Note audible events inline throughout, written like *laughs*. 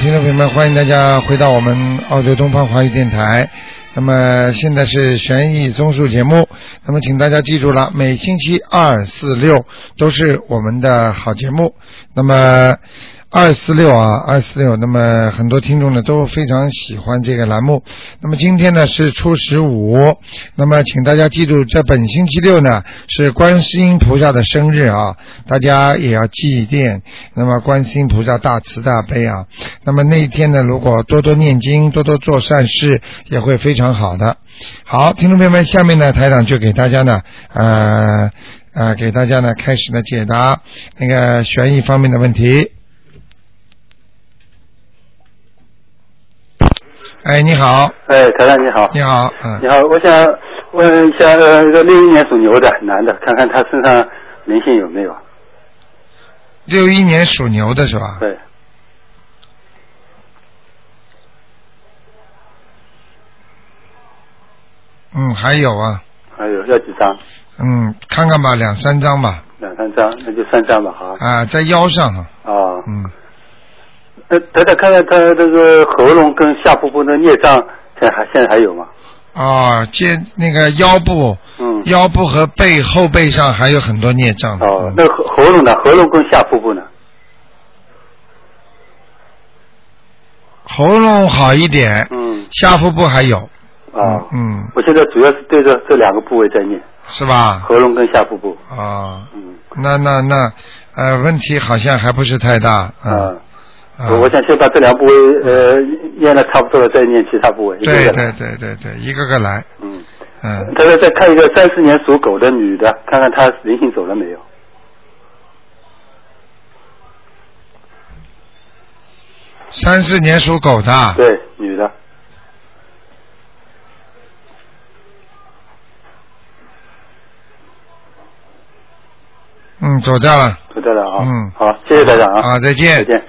听众朋友们，欢迎大家回到我们澳洲东方华语电台。那么现在是悬疑综述节目，那么请大家记住了，每星期二、四、六都是我们的好节目。那么二四六啊，二四六，那么很多听众呢都非常喜欢这个栏目。那么今天呢是初十五，那么请大家记住，在本星期六呢是观世音菩萨的生日啊，大家也要祭奠。那么观世音菩萨大慈大悲啊，那么那一天呢，如果多多念经，多多做善事，也会非常好的。好，听众朋友们，下面呢，台长就给大家呢，呃呃，给大家呢开始呢解答那个悬疑方面的问题。哎，你好，哎，台长你好，你好，嗯，你好，我想问一下，呃，一个六一年属牛的男的，看看他身上灵性有没有？六一年属牛的是吧？对，嗯，还有啊，还有要几张？嗯，看看吧，两三张吧，两三张，那就三张吧，好。啊，在腰上啊，啊，嗯，呃，台长看看他这个喉咙跟下腹部的孽障，现在还现在还有吗？啊，肩那个腰部，嗯，腰部和背后背上还有很多孽障的。哦嗯，那喉喉咙呢？喉咙跟下腹部呢？喉咙好一点，嗯，下腹部还有，啊，嗯，我现在主要是对着这两个部位在念，是吧？喉咙跟下腹部。啊，嗯，那那那，呃，问题好像还不是太大，啊嗯，。啊我我想先把这两部位呃念了差不多了，再念其他部位。一个对一个来对对对对，一个个来，嗯，嗯，他说再看一个三四年属狗的女的，看看她灵性走了没有？三四年属狗的，对，女的，嗯，走掉了，知道了啊。嗯好，谢谢大家啊。啊，再再见。见。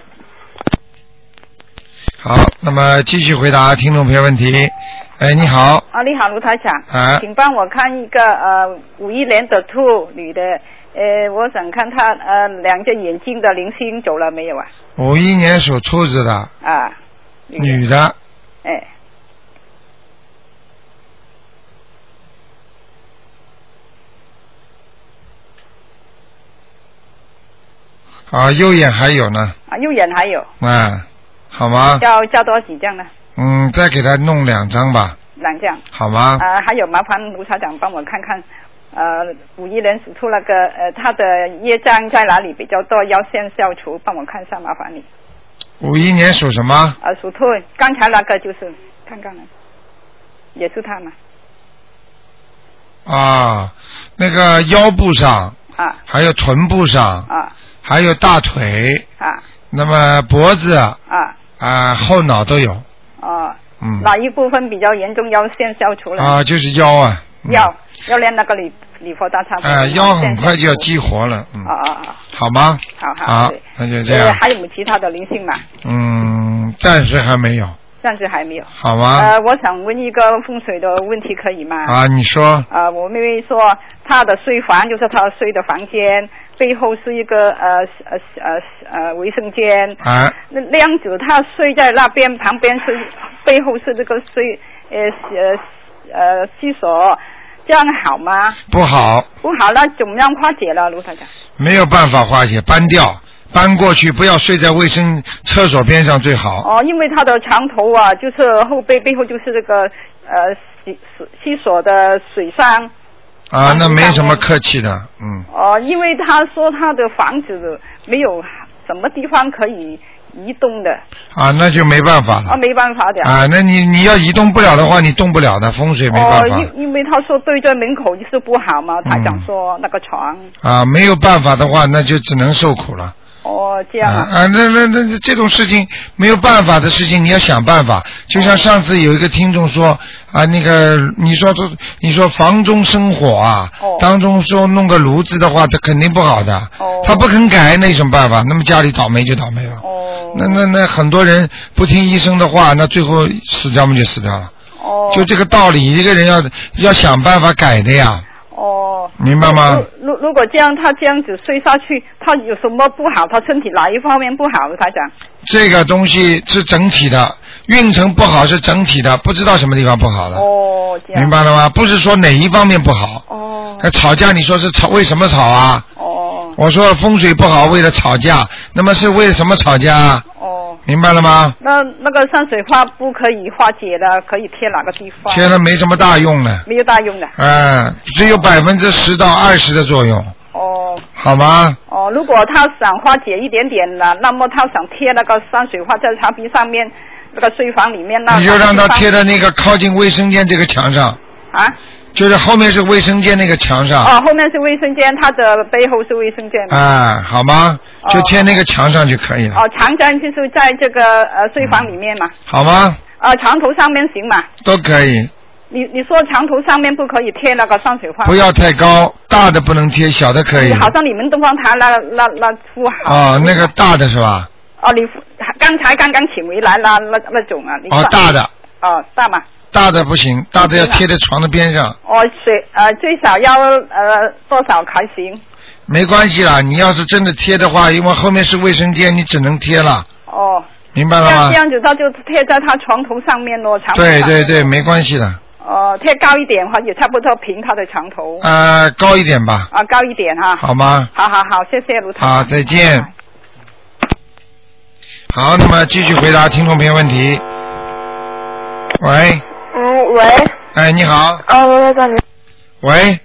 好，那么继续回答听众朋友问题。哎，你好，啊，你好，卢台长，啊，请帮我看一个呃五一年的兔女的，呃，我想看她呃两只眼睛的零星走了没有啊？五一年属兔子的啊，嗯的女的，哎，啊，右眼还有呢，啊，右眼还有，啊，好吗？要加多几张呢？嗯，再给他弄两张吧，两张好吗？啊，还有麻烦卢台长帮我看看，呃，五一年属兔那个呃她的业障在哪里比较多，要先消除，帮我看一下，麻烦你。五一年属什么？啊，属兔，刚才那个就是看看了，也是她嘛，啊，那个腰部上，啊还有臀部上，啊还有大腿，啊那么脖子啊、啊，后脑都有，哦、嗯，哪一部分比较严重？要先消除了。啊，就是腰啊，嗯要要练那个礼礼佛大忏悔。哎，腰很快就要记。激活了，嗯，啊啊啊！好吗？好好。好对，那就这样呃，还有没有其他的灵性嘛？嗯，暂时还没有，暂时还没有。好吗？呃，我想问一个风水的问题，可以吗？。啊，你说，呃，我妹妹说她的睡房就是她睡的房间，背后是一个呃呃呃呃卫生间。啊，那那样子，她睡在那边，旁边是背后是这个睡呃呃呃厕所，这样好吗？不好，不好，那怎么样化解了，卢台长？没有办法化解，搬掉，搬过去，不要睡在卫生厕所边上最好。哦，因为他的床头啊，就是后背背后就是这个呃洗洗洗所的水箱。啊，搬那不没上什么来客气的，嗯，哦，因为他说他的房子没有什么地方可以移动的，啊，那就没办法啊，了。没办法的。啊，那你你要移动不了的话，你动不了的，风水没办哦，法。因因为他说对着门口就是不好嘛，他讲说那个床，啊，没有办法的话，那就只能受苦了。哦，这啊样啊，啊，那那那那这种事情没有办法的事情，你要想办法。就像上次有一个听众说啊，那个你说这你说房中生火啊，哦当中说弄个炉子的话，他肯定不好的。哦他不肯改，那有什么办法？那么家里倒霉就倒霉了。哦，那那那很多人不听医生的话，那最后死掉嘛就死掉了，哦，就这个道理。一个人要要想办法改的呀，哦，明白吗？如如果这样，他这样子睡下去，他有什么不好？他身体哪一方面不好？台长，这个东西是整体的，运程不好是整体的，不知道什么地方不好了，哦，这样，明白了吗？不是说哪一方面不好。哦，那吵架，你说是吵为什么吵啊？哦，我说风水不好，为了吵架，那么是为什么吵架啊？哦，明白了吗？那那个山水画不可以化解的，可以贴哪个地方？贴了没什么大用了，没有大用的。嗯、只有百分之十到二十的作用，哦好吗？哦，如果他想化解一点点了，那么他想贴那个山水画在茶瓶上面，那个睡房里面那。你就让他贴的在那个靠近卫生间这个墙上，啊。就是后面是卫生间那个墙上，啊、哦，后面是卫生间，他的背后是卫生间。啊好吗？哦就贴那个墙上就可以了，哦，长江就是在这个呃睡房里面嘛，好吗？呃床头上面行嘛？都可以，你你说床头上面不可以贴那个山水画？不要太高，大的不能贴，小的可以。好像你们东方台那那那幅好。哦，那个大的是吧？哦，你幅刚才刚刚请回来那那那种啊，你哦，说大的，哦大嘛，大的不行，大的要贴在床的边上，哦水呃最少要呃多少才行？没关系啦。你要是真的贴的话，因为后面是卫生间，你只能贴了，哦，明白了像吗这？样子他就贴在他床头上面咯，床头上对面对对，。没关系的，哦，贴高一点的话也差不多平他的床头。呃，高一点吧，啊，高一点哈。好吗？好好好，谢谢卢台长。好，再见拜拜。好，那么继续回答听众朋友问题。喂，嗯，喂，哎，你好，啊，喂，喂，干喂，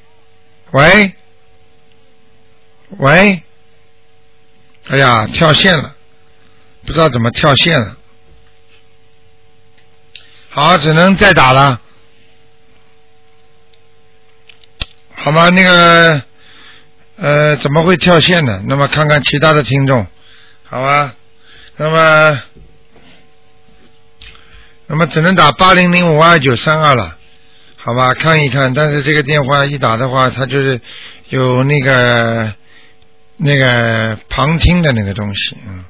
喂，喂，哎呀，跳线了，不知道怎么跳线了。好，只能再打了。好吧，那个，呃，怎么会跳线呢？那么看看其他的听众，好吧？那么，那么只能打八零零五二九三二了。好吧，看一看。但是这个电话一打的话，它就是有那个那个旁听的那个东西，嗯。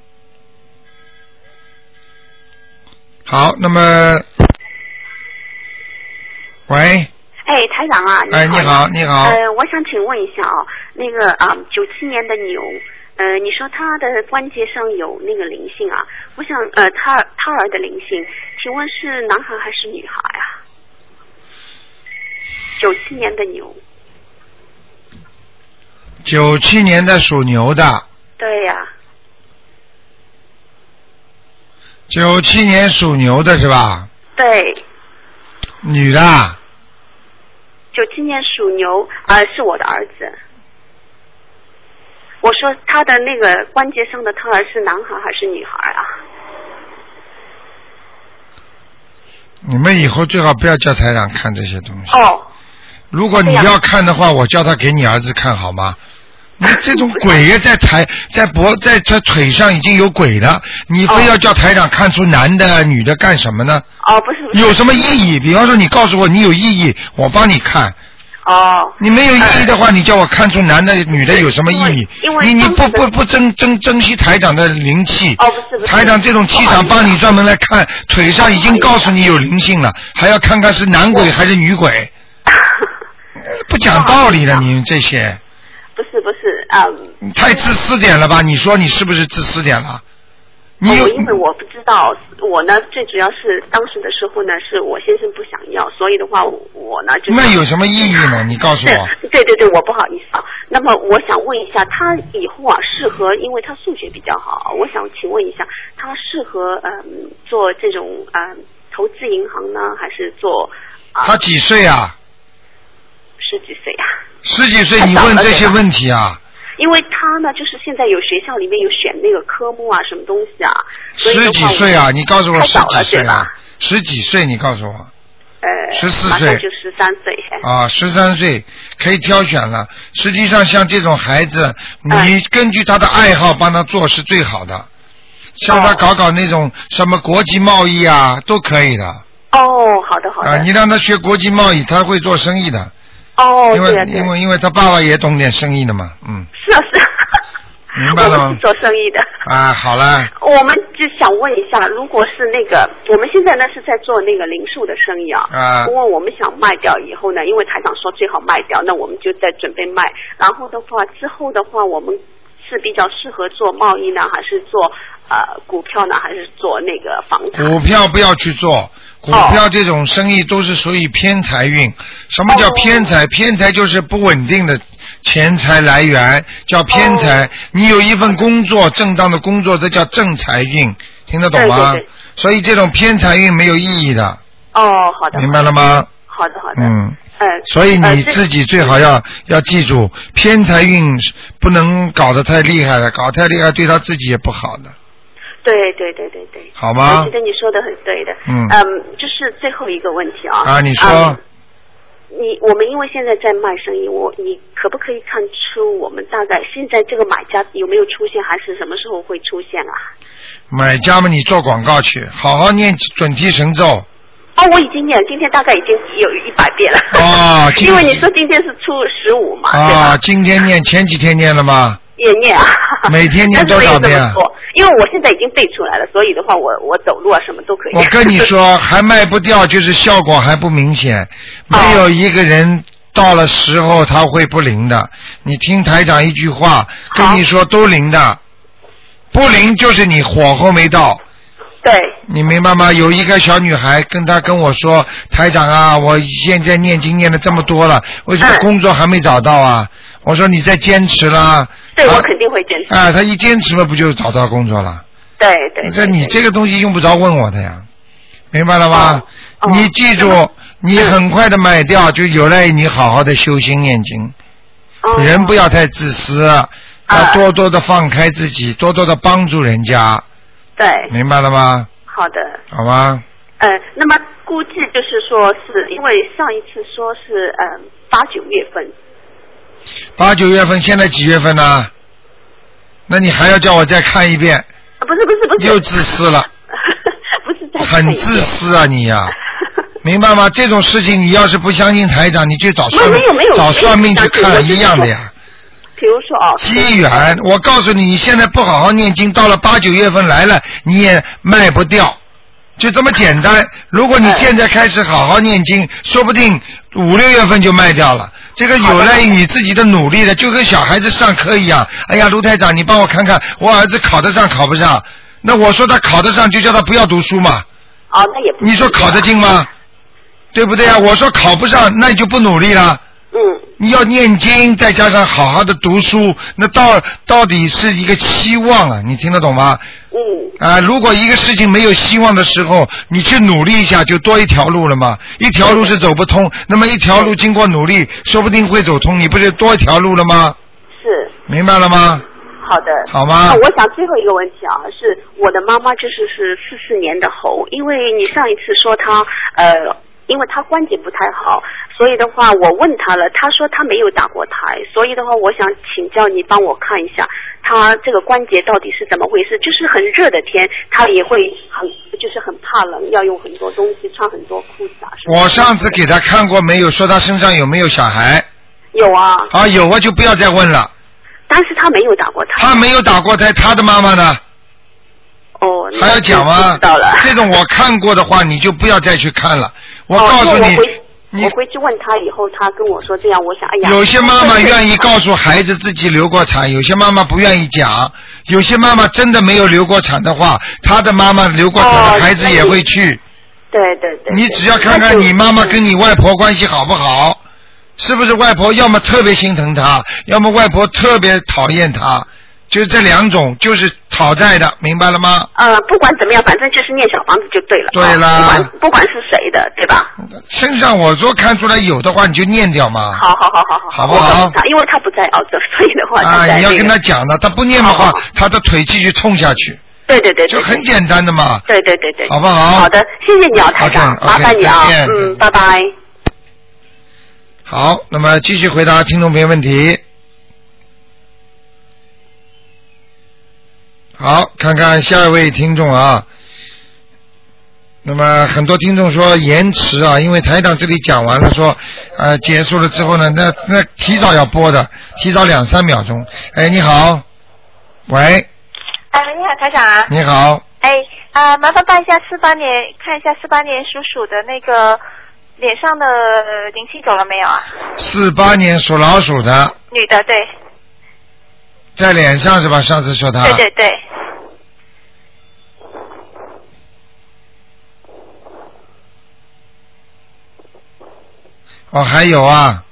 好，那么，喂，哎，台长啊，哎，你好，你好，呃，我想请问一下啊、那个啊，九、七年的牛，呃，你说他的关节上有那个灵性啊？我想呃，他胎儿的灵性，请问是男孩还是女孩啊？九七年的牛，九七年的属牛的，对呀、九七年属牛的是吧？对，女的啊，九七年属牛，呃，是我的儿子。我说他的那个关节上的胎儿是男孩还是女孩啊？你们以后最好不要叫台长看这些东西。哦，如果你要看的话，我叫他给你儿子看好吗？你这种鬼呀，在台在脖在在腿上已经有鬼了，你非要叫台长看出男的女的干什么呢？哦，不是不是，有什么意义？比方说你告诉我你有意义，我帮你看。哦，你没有意义的话，你叫我看出男的女的有什么意义因？为你因为你不当时不不珍珍珍惜台长的灵气哦不是不，是台长这种啊气场帮你专门来看，腿上已经告诉你有灵性了，啊还要看看是男鬼还是女 *laughs* 鬼。不讲道理啊了，你们这些不是不是，嗯，你太自私点了吧？你说你是不是自私点了？你有我哎因为我不知道，我呢最主要是当时的时候呢，是我先生不想要，所以的话我我呢就是那有什么意义呢？你告诉我，是，对对对，我不好意思啊。那么我想问一下，他以后啊适合，因为他数学比较好，我想请问一下，他适合嗯做这种嗯投资银行呢，还是做啊他几岁啊？十几岁啊？十几岁你问这些问题啊？因为他呢，就是现在有学校里面有选那个科目啊，什么东西啊，所以的十话几岁啊？我你告诉我太十早几了岁对吧啊？十几岁你告诉我呃， 14马岁上就十三岁。啊？十三岁可以挑选了。实际上像这种孩子，你哎根据他的爱好帮他做是最好的。像他哦搞搞那种什么国际贸易啊，都可以的。哦，好的好的。啊，你让他学国际贸易，他会做生意的，哦，因对为啊对啊因为因为他爸爸也懂点生意的嘛，嗯，是啊是啊。明白 *laughs* 我了们吗是？做生意的。啊，好了，我们就想问一下，如果是那个，我们现在呢是在做那个零售的生意啊。啊因为我们想卖掉以后呢，因为台长说最好卖掉，那我们就在准备卖。然后的话，之后的话，我们是比较适合做贸易呢，还是做呃股票呢，还是做那个房产？股票不要去做，股票这种生意都是属于偏财运。什哦么叫偏财？偏财就是不稳定的钱财来源，叫偏哦财。你有一份工作，正当的工作，这叫正财运，听得懂吗对对对？所以这种偏财运没有意义的，哦，好的，明白了吗？好的，好的，嗯。呃，所以呃你这自己最好要要记住，偏财运是不能搞得太厉害了，搞太厉害对他自己也不好的，对对对对对。好吗我觉得你说的很对的。嗯就是最后一个问题啊。啊你说嗯你我们因为现在在卖生意，我你可不可以看出我们大概现在这个买家有没有出现，还是什么时候会出现啊？买家们，你做广告去，好好念准提神咒。哦，我已经念，今天大概已经有一百遍了。 *laughs* 哦今因为你说今天是初十五嘛，对吧啊，？今天念，前几天念了吗？，也念啊 *laughs* 每天念多但是没少有这遍啊么多，因为我现在已经背出来了，所以的话我，我走路啊什么都可以。 *laughs* 我跟你，说，还卖不掉，就是效果还不明哦显，没有一个人到了时候他会不灵的。你听台长一句话，跟你说都灵的，不灵就是你火候没到。对，你明白吗？有一个小女孩跟她跟我说：“台长啊，我现在念经念了这么多了，为什么嗯工作还没找到啊？”我说：“你再坚持啦。”对、啊我肯定会坚持。啊，她一坚持嘛，不就找到工作了？对对对。这你对这个东西用不着问我的呀，明白了吗？哦哦你记住那么，你很快的卖掉，就有赖于你好好的修心念经。哦人不要太自私，要啊多多的放开自己，多多的帮助人家， *laughs* 对，明白了吗？好的，好吗？呃，那么估计就是说是因为上一次说是嗯八九月份，八九月份，现在几月份呢？那你还要叫我再看一遍，啊不是不是不是，又自私了， *laughs* 不是在很自私啊你呀、明白吗？这种事情你要是不相信台长，你去找算没有没有找算命去没有看没有一样的呀。比如说哦，机缘，我告诉你，你现在不好好念经，到了八九月份来了，你也卖不掉，就这么简哎单。如果你现在开始好好念经，说不定五六月份就卖掉了。这个有赖于你自己的努力的，就跟小孩子上课一样。哎呀，卢台长，你帮我看看，我儿子考得上考不上？那我说他考得上，就叫他不要读书嘛。哦那也不是你说考得进吗？对不对哎啊？我说考不上，那你就不努力了。嗯你要念经，再加上好好的读书，那到到底是一个期望啊，你听得懂吗？嗯啊，如果一个事情没有希望的时候，你去努力一下，就多一条路了嘛。一条路是走不通，那么一条路经过努力，说不定会走通，你不是多一条路了吗？是明白了吗？好的，好吗那啊我想最后一个问题啊，是我的妈妈就是是四四年的猴，因为你上一次说她呃，因为她关节不太好，所以的话我问她了，她说她没有打过胎，所以的话我想请教你帮我看一下她这个关节到底是怎么回事，就是很热的天她也会很就是很怕冷，要用很多东西，穿很多裤子啊什么的。我上次给他看过没有？说他身上有没有小孩？有啊，啊，有啊，就不要再问了。但是她没有打过胎。他没有打过胎，他的妈妈呢？哦，那还要讲就吗？不知道了。这种我看过的话，你就不要再去看了。我哦告诉因为你我回，你我回去问他以后，他跟我说这样，我想，哎呀，有些妈妈愿意告诉，诉孩子自己流过产，有些妈妈不愿意讲，有些妈妈真的没有流过产的话，她的妈妈流过产的哦孩子那也你会去。对对对，你对只要看看你妈妈跟，那你就外婆关系好不好，是不是外婆要么特别心疼她，要么外婆特别讨厌她，就是这两种，就是讨债的，明白了吗？呃，不管怎么样，反正就是念小房子就对了，对啊啦不管不管是谁的，对吧？身上我说看出来有的话，你就念掉嘛。好好好好好，好不我好告诉他，因为他不在澳洲， *laughs* 所以的话他啊，在你要那跟个他，讲的，他不念的话好好好，他的腿继续痛下去，对对对，就对很对简单的嘛。对对对对，好不好好的，谢谢你啊，台长， OK，OK，麻烦你啊再见，嗯，拜拜。好，那么继续回答听众朋友问题。好，看看下一位听众啊。那么很多听众说延迟啊，因为台长这里讲完了说，呃，结束了之后呢，那那提早要播的，提早两三秒钟。哎，你好，喂，哎，你好，台长。你好，哎啊、麻烦帮一下四八年，看一下四八年属鼠的那个脸上的呃灵气走了没有啊？四八年属老鼠的，女的，对，在脸上是吧？上次说他对对对，哦，还有啊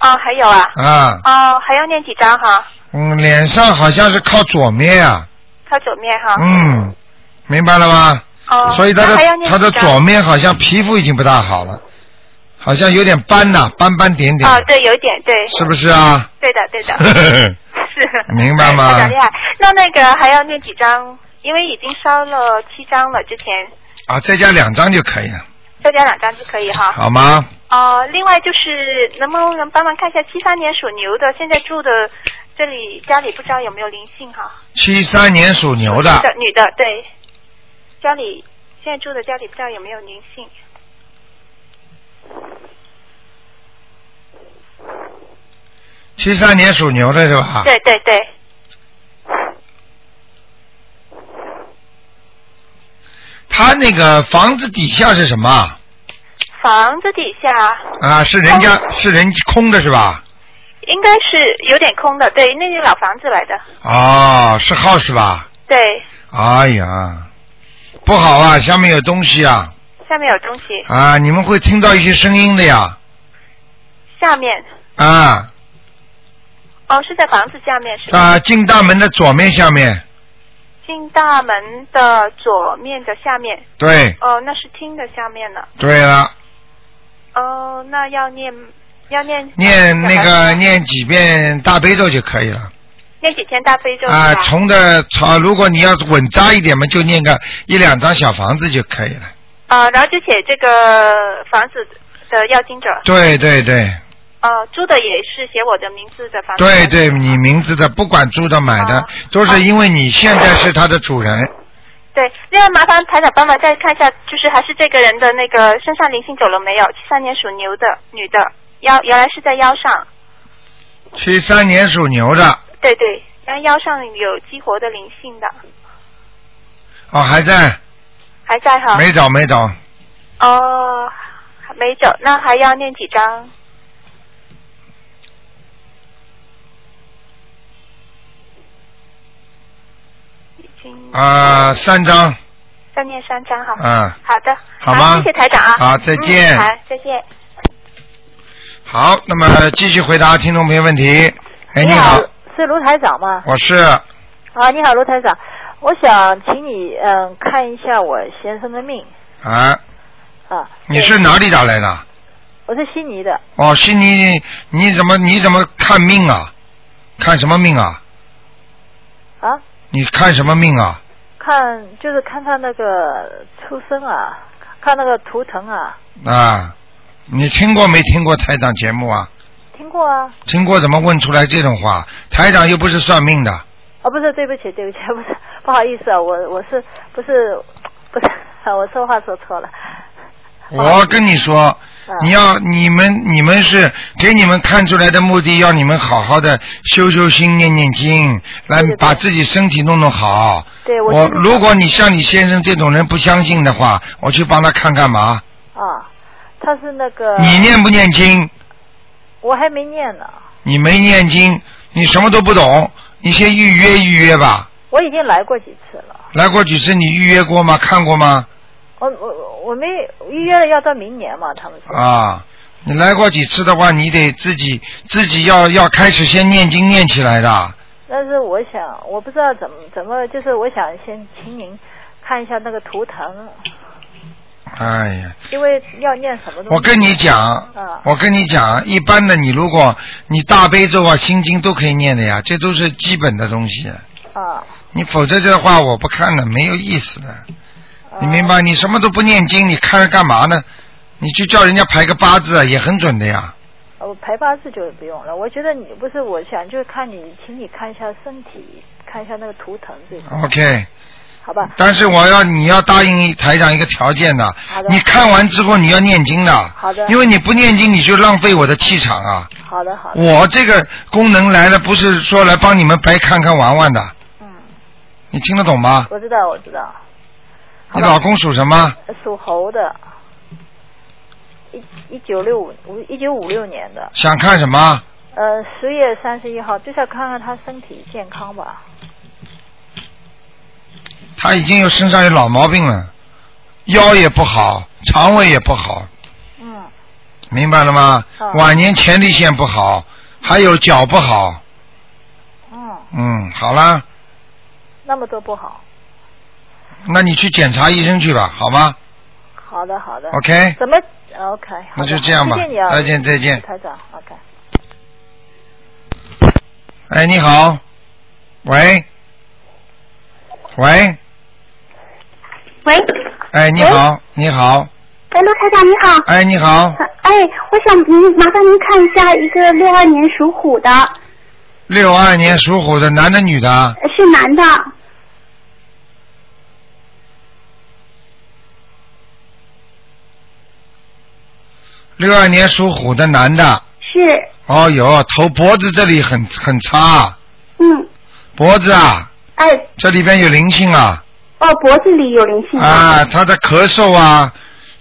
哦，还有啊，啊，哦，还要念几张哈？嗯，脸上好像是靠左面啊，靠左面哈。嗯，明白了吗？啊哦，所以他那的还要念他的几张左面好像皮肤已经不大好了，好像有点斑呐、斑斑点点，哦，对，有一点对，是不是啊？对的对的， *laughs* 是。明白吗台长厉害。那那个还要念几张？因为已经烧了七张了，之前啊，再加两张就可以了，再加两张就可以哈。好吗？呃，另外就是能不能帮忙看一下七三年属牛的，现在住的这里家里不知道有没有灵性哈？七三年属牛的，女的对，家里现在住的家里不知道有没有灵性。七三年属牛的是吧？对对对，他那个房子底下是什么啊？房子底下啊，是人家哦是人空的是吧？应该是有点空的，对，那是老房子来的，哦，是 house 吧？对，哎呀，不好啊，下面有东西啊下面有东西，啊，你们会听到一些声音的呀下面啊哦是在房子下面是吧？啊，进大门的左面下面，进大门的左面的下面，对哦那是厅的下面呢，对了，哦那要念要念念那小房个子念几遍大悲咒就可以了念几天大悲咒是吧啊，从的从如果你要稳扎一点嘛，就念个一两张小房子就可以了。呃，然后就写这个房子的要经者，对对对呃，租的也是写我的名字的房子。对对，你名字的不管租的买的啊，都是因为你现在是他的主人。对，另外麻烦台长帮忙再看一下，就是还是这个人的那个身上灵性走了没有？七三年属牛的女的，腰原来是在腰上，七三年属牛的对对，然后腰上有激活的灵性的，哦，还在还在哈。没找没找，哦，没走，那还要念几张？已经啊，三张再念三张好吗？啊，好的，好吗谢谢台长啊。好再见嗯好，再见。好，那么继续回答听众朋友问题。哎，你好，，是卢台长吗？我是啊，你好，卢台长，我想请你嗯看一下我先生的命啊，啊。你是哪里打来的？我是悉尼的，哦，悉尼，你怎么你怎么看命啊？看什么命啊？啊，你看什么命啊？看就是看看那个出生啊，看那个图腾啊，啊，你听过没听过台长节目啊？听过啊？听过怎么问出来这种话？台长又不是算命的，啊，不是，对不起，对不起， *laughs* 不是，不好意思啊，我我是不是不是， *laughs* 啊我说话说错了。我跟你说，嗯你要你们你们是给你们看出来的目的，要你们好好的修修心、念念经，来对对对把自己身体弄弄好。对我我就是如果你像你先生这种人不相信的话，我去帮他看干嘛？啊，他是那个你念不念经？我还没念呢，你没念经，你什么都不懂，你先预约预约吧。我已经来过几次了，来过几次你预约过吗？看过吗？我我我没预约了，要到明年嘛，他们说。啊，你来过几次的话，你得自己自己要要开始先念经念起来的。但是我想，我不知道怎么怎么，就是我想先请您看一下那个图腾，哎呀，因为要念什么东西。我跟你讲嗯，我跟你讲，一般的你如果你大悲咒啊、心经都可以念的呀，这都是基本的东西。啊，你否则这话我不看了，没有意思的。啊你明白？你什么都不念经，你看着干嘛呢？你就叫人家排个八字啊，也很准的呀。呃我排八字就不用了。我觉得你不是，我想就是看你，请你看一下身体，看一下那个图腾这个， OK，好吧？但是我要你要答应台长一个条件的好的，你看完之后你要念经的，好的因为你不念经你就浪费我的气场啊。好的，好的，我这个功能来了，不是说来帮你们白看看玩玩的。嗯，你听得懂吗？我知道，我知道，你老公属什么？属猴的，一一九六五五一九五六年的，想看什么？呃，十月三十一号，就想看看他身体健康吧。他已经有身上有老毛病了，腰也不好，肠胃也不好，嗯，明白了吗？哦晚年前列腺不好，还有脚不好。嗯，嗯，好啦，那么多不好。那你去检查医生去吧，好吗好的，好的。 ？OK，怎么呃？OK 好的。那就这样吧谢谢你啊。再见再见台长，OK。哎，你好，喂，喂，喂，哎，你好，你好，哎，陆台长你好。 *laughs* 哎，你好，哎，我想您麻烦您看一下一个六二年属虎的，六二年属虎的男的女的啊？呃是男的，六二年属虎的男的，是哦哟，头脖子这里很很差，嗯，脖子啊，哎，这里边有灵性啊，哦，脖子里有灵性啊，他在咳嗽啊，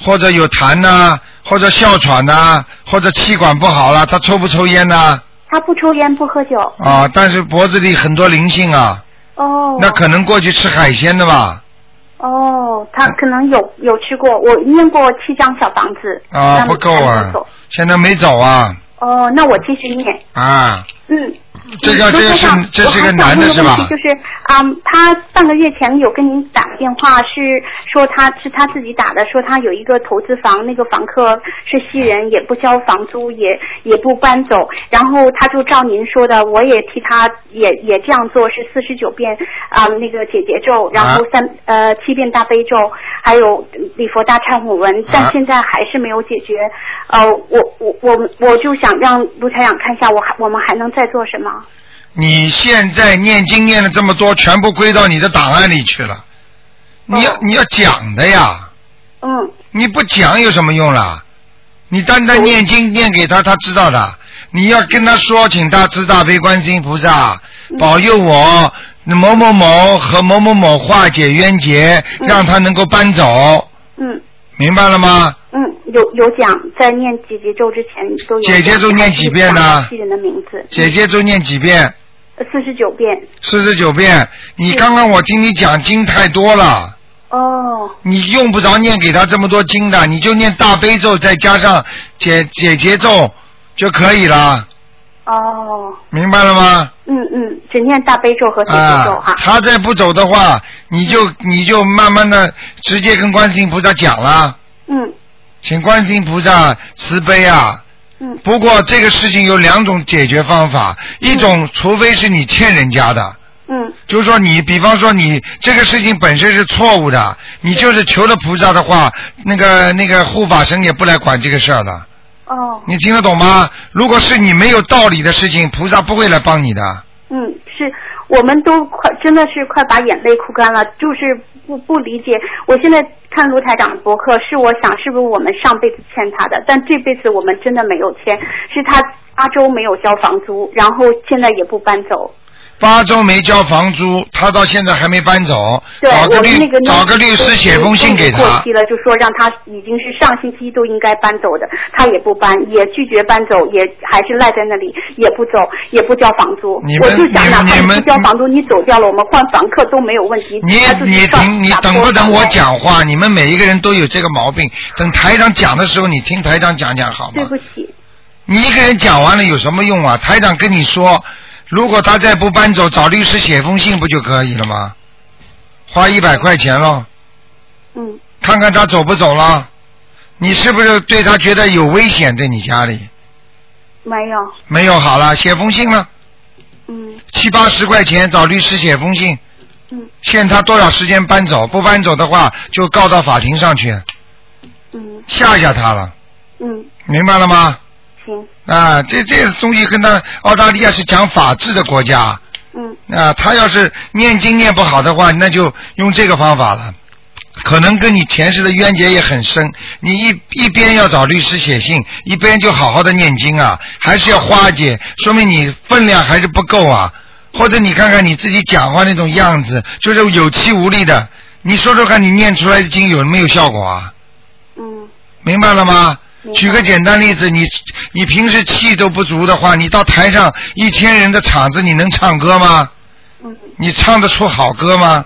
或者有痰呐、或者哮喘呐、或者气管不好啦、他抽不抽烟呐、他不抽烟不喝酒。啊？但是脖子里很多灵性啊，哦，那可能过去吃海鲜的吧？哦，他可能有有吃过，我念过七张小房子啊，那不够还啊没走，现在没走啊，哦，那我继续念。啊，嗯，这个这嗯个卢台长是这是我个还想男的问是问吧题就是啊、嗯他半个月前有跟您打电话，是说他是他自己打的，说他有一个投资房，那个房客是西人，也不交房租，也也不搬走。然后他就照您说的，我也替他也也这样做，是四十九遍啊、那个解结咒，然后啊三、呃七遍大悲咒，还有礼佛大忏悔文，但啊现在还是没有解决。呃，我我我我就想让卢台长看一下，我还我们还能再做什么？你现在念经念了这么多，全部归到你的档案里去了，你要、哦你要讲的呀，嗯，你不讲有什么用啦？你单单念哦经念给他，他知道的。你要跟他说，请大慈大悲观世音菩萨嗯保佑我某某某和某某某化解冤结，嗯让他能够搬走，嗯明白了吗？嗯，有有讲，在念姐姐咒之前都有讲。姐姐咒念几遍呢还是讲西人的名字，嗯姐姐就念几遍，四十九遍。四十九遍。你嗯刚刚我听你讲经太多了，哦，你用不着念给他这么多经的，你就念大悲咒，再加上解解结咒就可以了，哦，明白了吗？嗯嗯，只念大悲咒和姐姐咒哈啊，。他再不走的话，你就嗯你就慢慢的直接跟观世音菩萨讲了，嗯请观世音菩萨慈悲啊。嗯不过这个事情有两种解决方法，一种除非是你欠人家的，嗯就是说你，比方说你这个事情本身是错误的，你就是求了菩萨的话，那个那个护法神也不来管这个事儿的，哦你听得懂吗？如果是你没有道理的事情，菩萨不会来帮你的。嗯，是我们都快真的是快把眼泪哭干了，就是不不理解。我现在看卢台长的博客，是我想是不是我们上辈子欠他的，但这辈子我们真的没有欠，是他阿周没有交房租，然后现在也不搬走。八周没交房租，他到现在还没搬走，对，找个我律们那个找个律师写封信给都已经过他期。了，就说让他已经是上星期都应该搬走的，他也不搬，也拒绝搬走，也还是赖在那里，也不走，也不交房租。你我们就想，哪怕你们不交房租，你走掉了，我们换房客都没有问题。你他就是你上等你打等破不等我房贷？讲话？你们每一个人都有这个毛病。等台长讲的时候，你听台长讲讲好吗？对不起，你一个人讲完了有什么用啊？台长跟你说，如果他再不搬走，找律师写封信不就可以了吗？花一百块钱咯，嗯看看他走不走了。你是不是对他觉得有危险？对你家里没有，没有好了，写封信了，嗯七八十块钱找律师写封信，嗯限他多少时间搬走？不搬走的话，就告到法庭上去，嗯吓吓他了，嗯，明白了吗？行，啊，这这东西跟他澳大利亚是讲法治的国家，嗯啊，他要是念经念不好的话，那就用这个方法了。可能跟你前世的冤结也很深，你一一边要找律师写信，一边就好好的念经啊，还是要化解，说明你分量还是不够啊。或者你看看你自己讲话那种样子，就是有气无力的。你说说看，你念出来的经有没有效果啊？嗯明白了吗明？白举个简单例子，你你平时气都不足的话，你到台上一千人的场子，你能唱歌吗？嗯你唱得出好歌吗？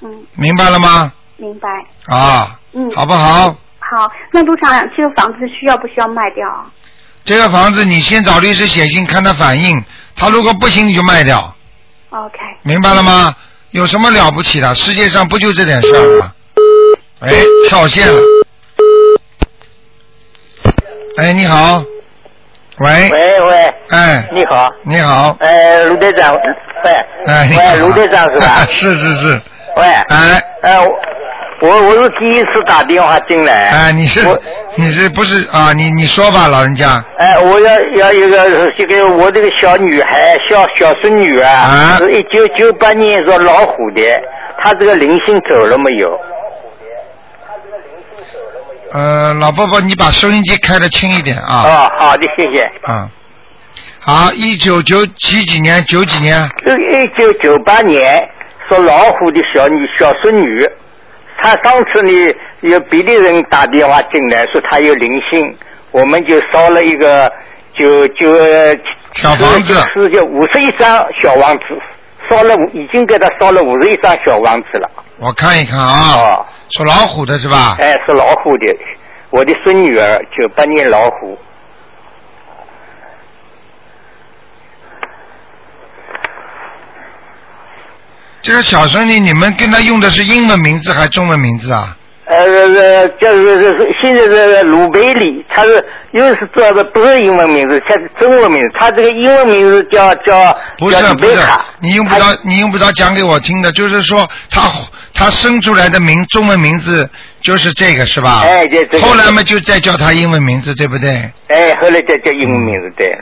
嗯，明白了吗？明白。啊，嗯，好不好？好，那卢厂长，这个房子需要不需要卖掉啊？这个房子你先找律师写信，看他反应，他如果不行你就卖掉， OK，明白了吗？有什么了不起的？世界上不就这点事儿吗？哎，跳线了。哎，你好，喂，喂喂，哎，你好，你好，呃，卢队长，喂，哎，你好喂，卢队长是 *laughs* 吧？是是是，喂，哎呃，我我我是第一次打电话进来，哎，你是我你是不是啊？你你说吧，老人家，哎、我要要一个这个我这个小女孩，小小孙女啊，啊是一九九八年属老虎的，她这个灵性走了没有？呃，老伯伯，你把收音机开的轻一点啊。哦，好的，谢谢。啊，好，一九九几几年？九几年？这呃一九九八年属老虎的小女小孙女，她上次呢有别的人打电话进来说她有灵性，我们就烧了一个就就小房子是就五十一张小房子，烧了五已经给她烧了五十一张小房子了。我看一看啊，哦，属老虎的是吧？哎，是老虎的，我的孙女儿九八年老虎。这个小孙女，你们跟她用的是英文名字还是中文名字啊？呃呃，就是是现在是鲁贝里，他是又是这个不是英文名字，他是中文名字，他这个英文名字叫叫不叫是鲁不贝是卡，，你用不着你用不着讲给我听的，就是说她她生出来的名中文名字就是这个是吧？哎对这个后来嘛，就再叫她英文名字，对不对？哎，后来叫叫英文名字对了，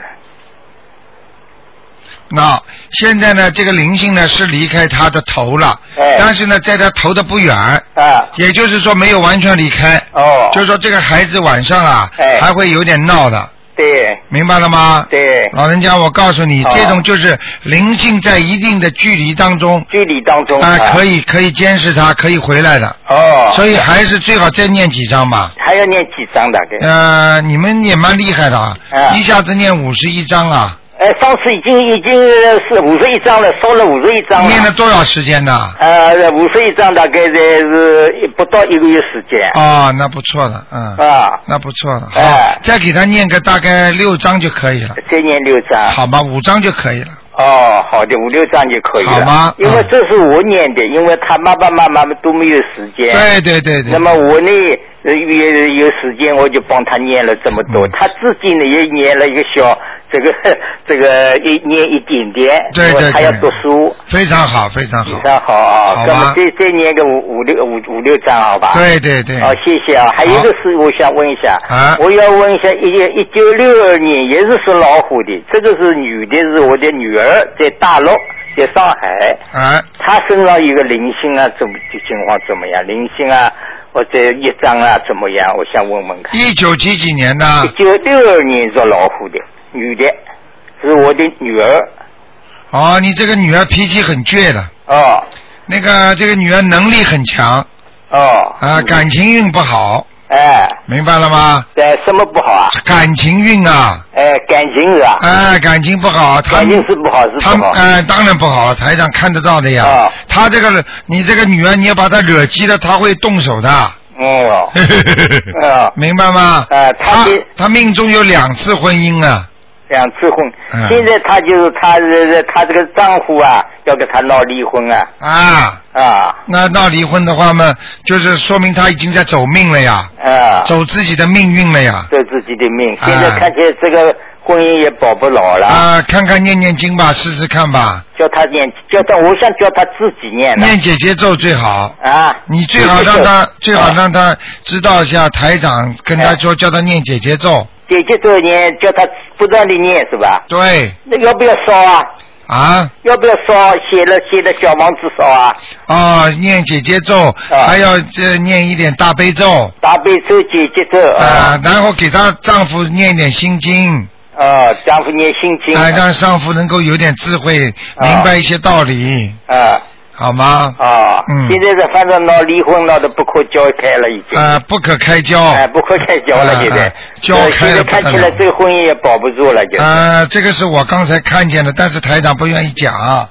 那现在呢，这个灵性呢是离开她的头了，哎但是呢，在她头的不远，啊，也就是说没有完全离开。哦，就是说这个孩子晚上啊，哎还会有点闹的，对明白了吗？。对，老人家，我告诉你，哦这种就是灵性在一定的距离当中，距离当中啊，可以可以监视他，可以回来的，哦，所以还是最好再念几张吧。还要念几张大概？呃，你们也蛮厉害的啊，哎一下子念五十一张啊，哎，上次已经已经是五十一张了，烧了五十一张念了了，多少时间呢？呃，五十一张大概是一不到一个月时间，哦，那不错了，嗯，啊，那不错了，哎好，再给他念个大概六张就可以了，再念六张。好吧，五张就可以了。哦，好的，五六张就可以了。好吗嗯因为这是我念的，因为他爸爸妈妈们都没有时间。。对对对对。那么我呢，呃也有时间，我就帮他念了这么多。嗯他自己呢也念了一个小，这个 *laughs* 这个一念一点点，对因为对他要读对书。非常好，非常好非。常好啊，好那么吧再再念个五五六五五六张，好吧？。对对对。好、谢谢啊！还有一个事，我想问一下，啊我要问一下，一一九六二年也是属老虎的，这个是女的，是我的女儿，在大陆，在上海，哎，她身上有个灵性啊，怎么情况怎么样？灵性啊，或者业障啊，怎么样？我想问问看。一九几几年一的？九六二年属老虎的女的，是我的女儿哦，你这个女儿脾气很倔的，哦那个这个女儿能力很强哦啊，感情运不好，哎，明白了吗？哎，什么不好啊？感情运啊，哎，感情是吧？哎，感情不好，他感情是不好是他不好哎，当然不好，台长看得到的呀啊。他这个你这个女儿，你要把她惹急了，她会动手的。嗯哦。啊 *laughs* 明白吗？啊他她的他命中有两次婚姻啊，两次婚嗯，现在她就是她这她这个丈夫啊，要跟她闹离婚啊啊，啊那闹离婚的话嘛，就是说明他已经在走命了呀，啊，走自己的命运了呀。对自己的命。啊现在看起来这个婚姻也保不牢了，啊，看看念念经吧，试试看吧，叫她念，叫她，我想叫她自己念呢念姐姐咒最好。啊。你最好让她他，最哎好让他知道一下台长跟他说，叫他念姐姐咒。姐姐这念，叫她不断的念是吧？对，那要不要烧啊？啊，要不要烧？写了写了小房子烧啊？哦，念姐姐咒，还要这念一点大悲咒大悲咒、姐姐咒啊，然后给她丈夫念一点心经，啊啊，丈夫念心经。哎，让丈夫能够有点智慧，啊明白一些道理，啊好吗？啊，嗯现在是反正闹离婚闹得不可交开了已经。啊，不可开交。哎，不可开交了，现在啊啊，交开现了在不得看起来了这个婚姻也保不住了，就啊，这个是我刚才看见的，但是台长不愿意讲，啊，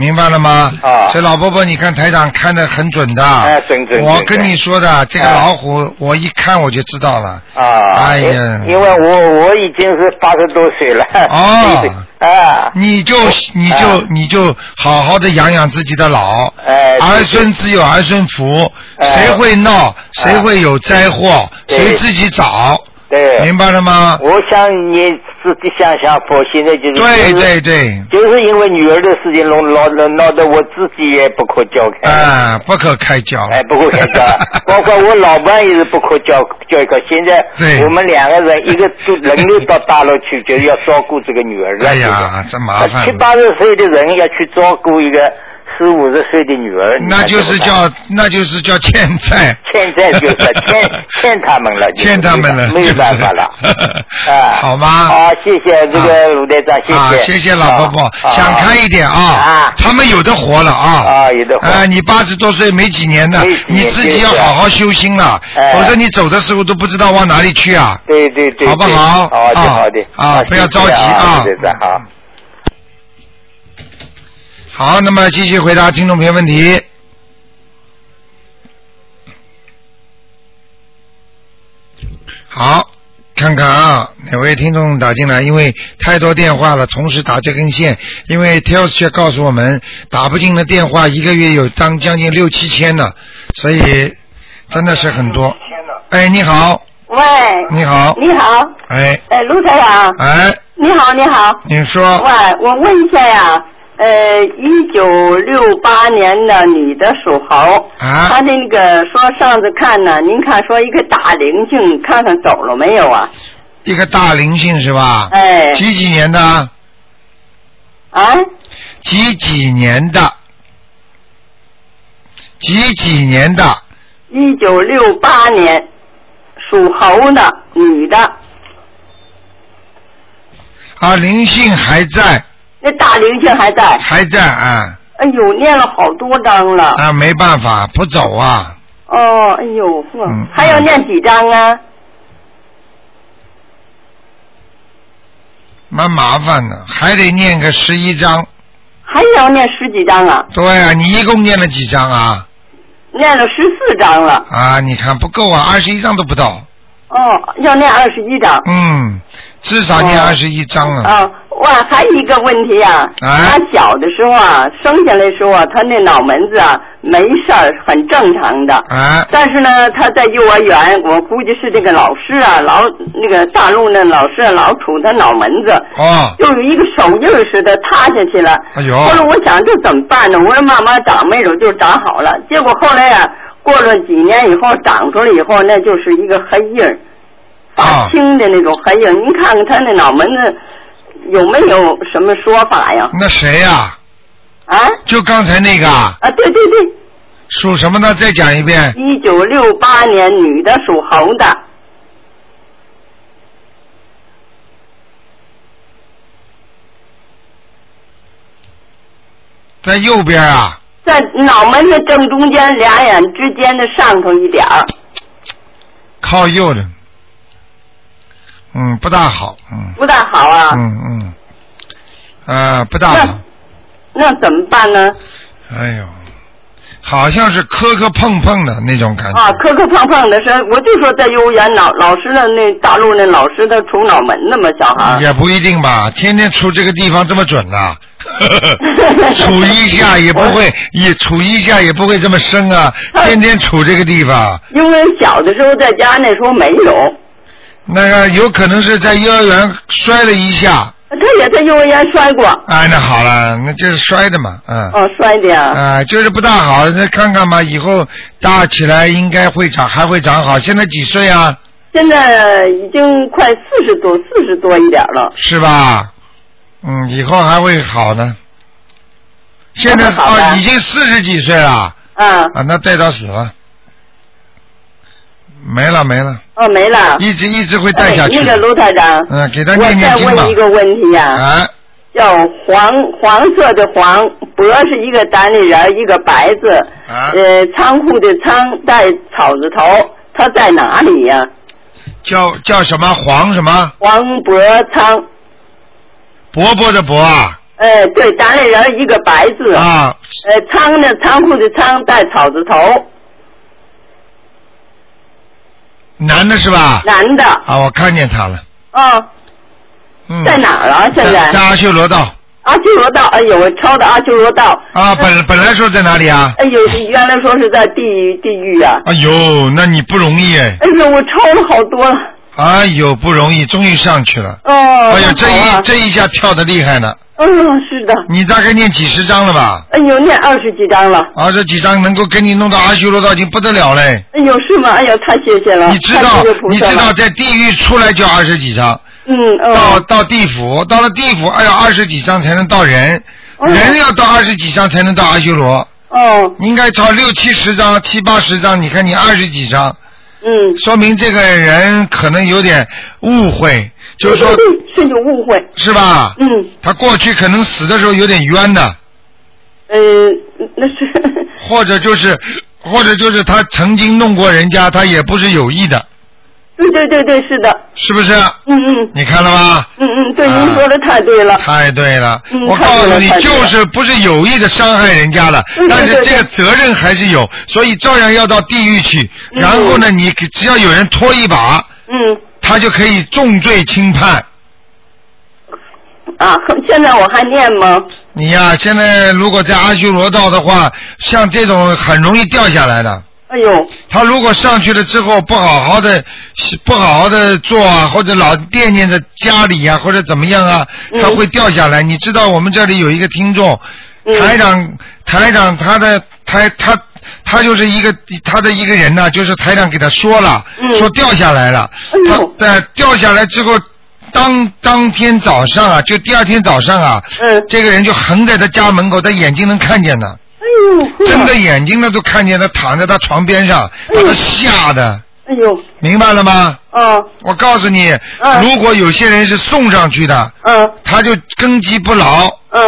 明白了吗？啊所以老伯伯，你看台长看的很准的。哎准准我准跟准你说的，这个哎老虎，我一看我就知道了。啊，哎呀因因为我我已经是八十多岁了，哦 *laughs* 啊，你就你就你就好好的养养自己的老，哎儿孙自有儿孙福，哎谁会闹，谁哎会有灾祸，对谁自己找，对，明白了吗？我想你自己想想，佛现在就是对对，对，就是因为女儿的事情弄闹闹闹得我自己也不可 *laughs* 交开。啊，不可开交。哎，不可开交，包括我老伴也是不可交交一个。现在对我们两个 *laughs* 人，一个都轮流到大陆去，就是要照顾这个女儿了。哎这呀个，这麻烦七了。八十岁的人要去照顾一个四五十岁的女儿，你那看就是怎么办叫那就是叫欠债。欠债就是 *laughs* 欠欠他们了，就是欠他们了，没有办法了就是啊，好吗？好，谢谢这啊个鲁队长，谢啊，谢，谢谢老婆啊婆，啊想开一点啊啊，他们有的活了啊。啊，有的话啊，你八十多岁没几年呢没几，哎你年自己要好好修心了，啊哎否则你走 *laughs* 的时候都不知道往哪里去啊。对对对，好不好对好的啊好的，啊不要着谢谢急啊鲁队长好。 *laughs* 好，那么继续回答听众朋友问题。好，看看啊，哪位听众打进来？因为太多电话了，同时打这根线。因为 Tails 却告诉我们，打不进的电话一个月有当将近六七千呢，所以真的是很多。哎，你好，喂，你好，你好，哎，呃，卢台长，哎，你好，你好，你说，喂，我问一下呀，呃，一九六八年的女的属猴，啊她那个说上次看呢，您看说一个大灵性，看看走了没有啊？一个大灵性是吧？哎，几几年的？啊，几几年的？几几年的？一九六八年属猴的女的，啊，灵性还在，那大灵性还在，还在啊哎呦，念了好多张了，啊，没办法，不走啊，哦，哎呦，呵嗯还要念几张啊？蛮麻烦的，还得念个十一章。还要念十几张啊？对啊，你一共念了几章啊？念了十四章了，啊，你看不够啊，二十一章都不到。哦，要念二十一章。嗯，至少念哦二十一章啊。啊，哇，还有一个问题啊，啊他小的时候啊，生下来的时候啊，他那脑门子啊没事儿，很正常的。啊，但是呢，他在幼儿园，我估计是这个老师啊，老那个大陆那老师啊，老杵他脑门子，哦，就有一个手印儿似的塌下去了。哎呦后来我想这怎么办呢？我说慢慢长，没准就长好了。结果后来啊，过了几年以后长出来以后，那就是一个黑印儿，啊发青的那种黑印儿。您看看他那脑门子有没有什么说法呀？那谁呀、啊就刚才那个啊，啊，对对对，属什么的？再讲一遍。一九六八年女的属猴的，在右边啊，在脑门子正中间俩眼之间的上头一点儿。靠右的，嗯，不大好，嗯，不大好啊，嗯嗯，啊、不大好，那怎么办呢？哎呦，好像是磕磕碰碰的那种感觉，啊，磕磕碰碰的是，我就说在幼儿园老老师的那大陆那老师他杵脑门子嘛，小孩儿。也不一定吧，天天杵这个地方这么准呐、 *laughs* 杵一下也不会，也杵一下也不会这么深啊，天天杵这个地方，因为小的时候在家那时候没有，那个有可能是在幼儿园摔了一下，呃他也在幼儿园摔过，哎，那好了，那就是摔的嘛，嗯。哦，摔的呀。啊、就是不大好，再看看吧，以后大起来应该会长，还会长好。现在几岁啊？现在已经快四十多，四十多一点了。是吧？嗯，以后还会好呢。现在那么好嗯啊、的已经四十几岁了啊，啊，那带到死了。没了没了，哦，没了。一直一直会带下去哎。那个卢台长，嗯，给他我念念再经吧问一。个问题呀、啊，叫黄黄色的黄，博是一个单立人儿，一个白字，啊呃，仓库的仓带草字头，它在哪里呀、叫叫什么黄什么黄博仓，伯伯的伯啊哎、对，单立人儿一个白字，啊，呃，仓呢仓库的仓带草字头，男的是吧？男的，啊，我看见他了。啊，嗯，在哪儿啊？现在在在阿修罗道阿修罗道，哎呦，我抄的阿修罗道，啊，本本来说在哪里啊？哎呦，原来说是在地狱地狱啊，哎呦，那你不容易哎，哎呦，我抄了好多了，哎呦不容易，终于上去了。哦，哎呦，这那好啊一这一下跳的厉害呢，嗯，是的，你大概念几十章了吧？哎呦，念二十几章了。啊，这几章能够给你弄到阿修罗道已经不得了嘞。哎呦，是吗？哎呦，太谢谢了，你知太道谢谢，菩你萨知道了。在地狱出来就二十几章，嗯到嗯，到地府，到了地府，哎呀，二十几章才能到人，哦人要到二十几章才能到阿修罗。哦，你应该超六七十章、七八十章，你看你二十几章，嗯，说明这个人可能有点误会，就是说，是有误会。是吧？嗯他过去可能死的时候有点冤的，呃，那是或者就是，或者就是他曾经弄过人家，他也不是有意的，对对对对，是的。是不是？嗯嗯你看了吧？嗯嗯，对，啊您说的太对了。太对了，嗯我告太对诉了你太，对就了是不是有意的伤害人家了，嗯但是对对这个对责任还是有，所以照样要到地狱去。嗯然后呢，你只要有人拖一把，嗯他就可以重罪轻判。 *laughs* 啊，现在我还念吗？你呀、现在如果在阿修罗道的话，像这种很容易掉下来的。哎呦，他如果上去了之后不好好的不好好的做啊，或者老惦念着家里呀、或者怎么样啊，嗯他会掉下来。你知道我们这里有一个听众，嗯台长台长他的台他他就是一个他的一个人呐、就是台长给他说了，嗯说掉下来了，哎呦他在掉下来之后。当当天早上啊，就第二天早上啊，嗯这个人就横在他家门口，他眼睛能看见的。哎呦，呵睁着，眼睛呢都看见他躺在他床边上，把他吓的，哎呦，明白了吗？啊我告诉你，嗯如果有些人是送上去的，啊他就根基不牢，啊，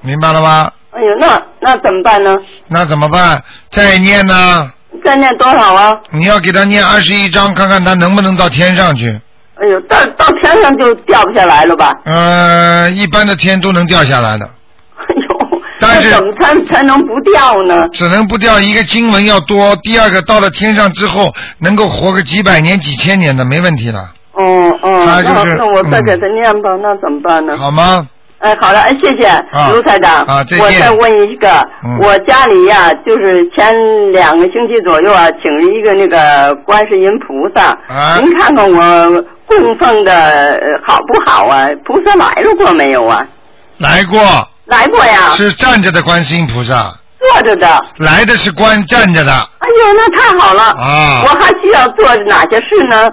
明白了吗？哎呦，那那怎么办呢？那怎么办？再念呢？再念多少啊？你要给他念二十一章，看看他能不能到天上去。哎呦，到到天上就掉不下来了吧？呃，一般的天都能掉下来的，哎呦，但是那怎么才才能不掉呢？只能不掉一个经文要多。第二个，到了天上之后，能够活个几百年、几千年的，没问题了，哦哦，他就那是那我再嗯给他念吧，那怎么办呢？好吗？哎，好了，哎，谢谢、卢台长。啊再见我再问一个，嗯我家里呀、就是前两个星期左右啊，请了一个那个观世音菩萨，啊您看看我供奉的呃好不好啊？菩萨来了过没有啊？来过。来过呀，是站着的观世音菩萨，坐着的。来的是观站着的哎呦，那太好了！我啊。还需要做哪些事呢？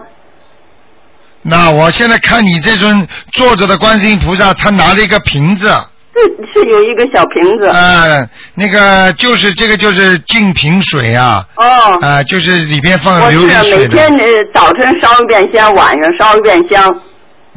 那我现在看你这尊坐着的观世音菩萨，他拿了一个瓶子，这 *laughs* 是有一个小瓶子。呃，那个就是这个就是净瓶水啊，哦，啊、就是里边放我琉璃是水每天的。呃早晨烧一遍香，晚上烧一遍香。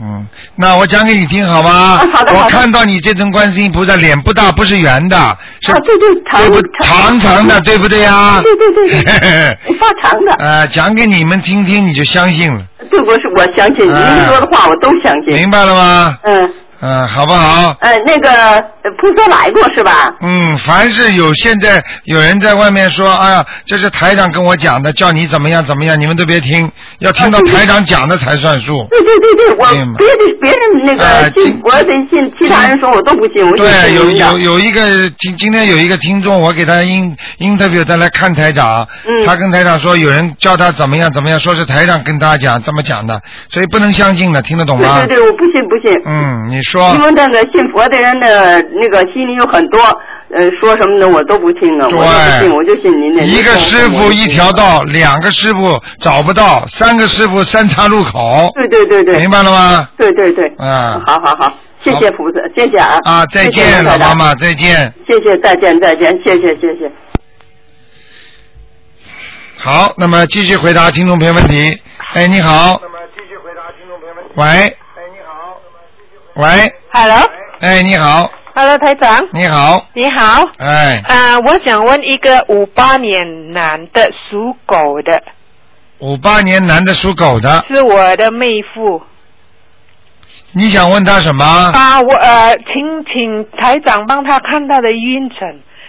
嗯，那我讲给你听好吗？啊好的好我的看到你这尊观世音菩萨脸不大，不是圆的，是、啊，对对，长对不长长长的，对不对呀、啊？，对对对对发长的。 *laughs* 呃，讲给你们听听，你就相信了，对，我是我相信您哎说的话，我都相信。明白了吗？嗯嗯、好不好？呃，那个呃菩萨来过是吧？嗯，凡是有现在有人在外面说，哎呀，这是台长跟我讲的，叫你怎么样怎么样，你们都别听，要听啊到台长讲的才算数。对对对对，我哎呀妈别的别人那哎个信，这我得信，其他人说我都不信，我就对，信有您的有。有一个今今天有一个听众，我给他 in interview，他来看台长，嗯他跟台长说有人叫他怎么样怎么样，说是台长跟他讲这么讲的，所以不能相信的，听得懂吗？对对对，我不信不信。嗯，你说因为那个信佛的人呢，那个心里有很多，呃，说什么的我都不听啊，我对就不信，我就信您的。一个师傅一条。道，两个师傅找不到，三个师傅三岔路口，对对对对。明白了吗？对对对，嗯好好好，谢谢菩萨，谢谢啊，啊，再谢谢见，老台长妈，妈，再见。谢谢，再见再见，谢谢谢谢。好，那么继续回答听众朋友问题。哎，你好。喂。喂。 Hello，Hello，哎，你好，台长，你好，你好。哎，啊、我想问一个五八年男的属狗的，五八年男的属狗的，是我的妹夫。你想问他什么？啊，我呃，请请台长帮他看他的运程，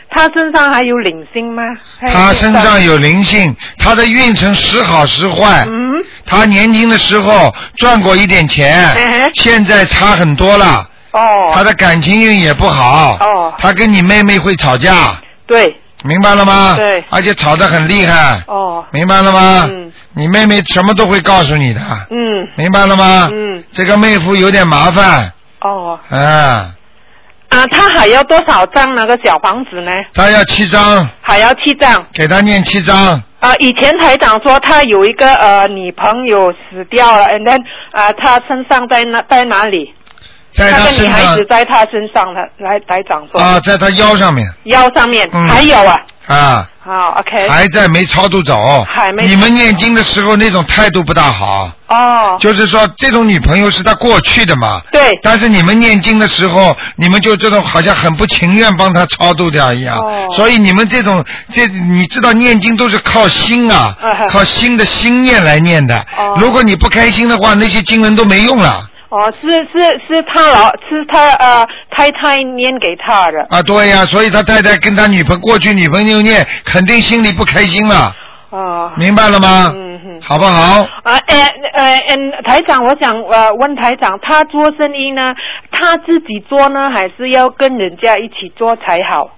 他身上还有灵性吗？他身上有灵性，他的运程时好时坏。嗯。他年轻的时候赚过一点钱，现在差很多了。嗯哦。他的感情运也不好。哦。他跟你妹妹会吵架，对，明白了吗？对而且吵得很厉害，哦，明白了吗？嗯。你妹妹什么都会告诉你的，嗯，明白了吗？嗯，这个妹夫有点麻烦，哦，啊，啊，他还要多少张那个小房子呢？他要七张，还要七张。给他念七张。啊，以前台长说他有一个呃女朋友死掉了，and then 啊，他身上在哪在哪里？在那他个女身孩子上在他身上的，来台长说啊，在他腰上面腰上面、嗯哦还有啊，啊，好、o k 还在没超度走。还没你们念经的时候那种态度不大好，哦，就是说这种女朋友是他过去的嘛。对，但是你们念经的时候，你们就这种好像很不情愿帮他超度掉一样，哦所以你们这种这你知道念经都是靠心啊，嗯靠心的心念来念的。哦如果你不开心的话，那些经文都没用了哦，是是是他老是他呃太太念给他的，啊！对呀、所以他太太跟他女朋过去女朋友念，肯定心里不开心了，哦，明白了吗？嗯哼。好不好？啊，呃呃，嗯，台长，我想呃问台长，他做生意呢，他自己做呢，还是要跟人家一起做才好？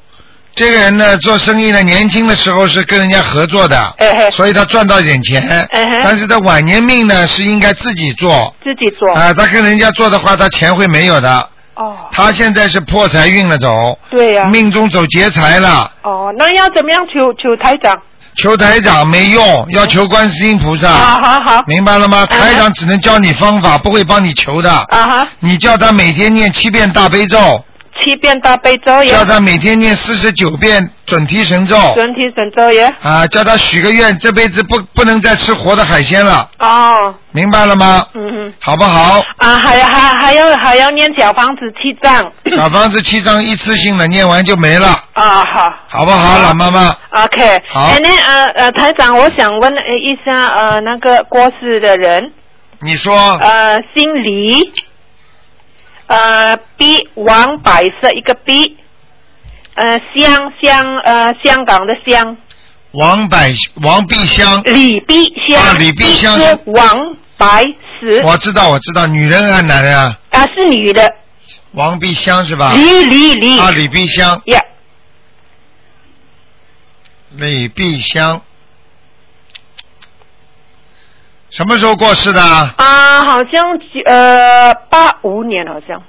这个人呢，做生意呢，年轻的时候是跟人家合作的，哎嘿，所以他赚到一点钱，哎嘿但是他晚年命呢是应该自己做。自己做。啊、他跟人家做的话，他钱会没有的。哦，他现在是破财运了走，对啊呀、命中走劫财了。哦，那要怎么样求求台长？求台长没用，要求观世音菩萨。啊，好好， *laughs* 明白了吗？ *laughs* 嗯台长只能教你方法，不会帮你求的。啊哈，你叫他每天念七遍大悲咒，七遍大悲咒也，叫他每天念四十九遍准提神咒，准提神咒也，啊，叫他许个愿，这辈子不不能再吃活的海鲜了，哦，明白了吗？嗯哼，好不好？啊，还还还要还要念小房子七章，小房子七张一次性的念完就没了，啊好。好不好，老妈妈？ OK，好 And then, 呃呃，台长，我想问呃一下呃那个过世的人，你说呃，姓李，呃，B 王白色一个 B，呃，香香呃香港的香，王百王碧香，李碧香，啊李碧香是王白石，我知道，我知道，女人啊，男人啊，啊是女的，王碧香是吧？李李李，啊，李碧香，呀，李碧香，什么时候过世的啊？啊，好像九呃八五年好像，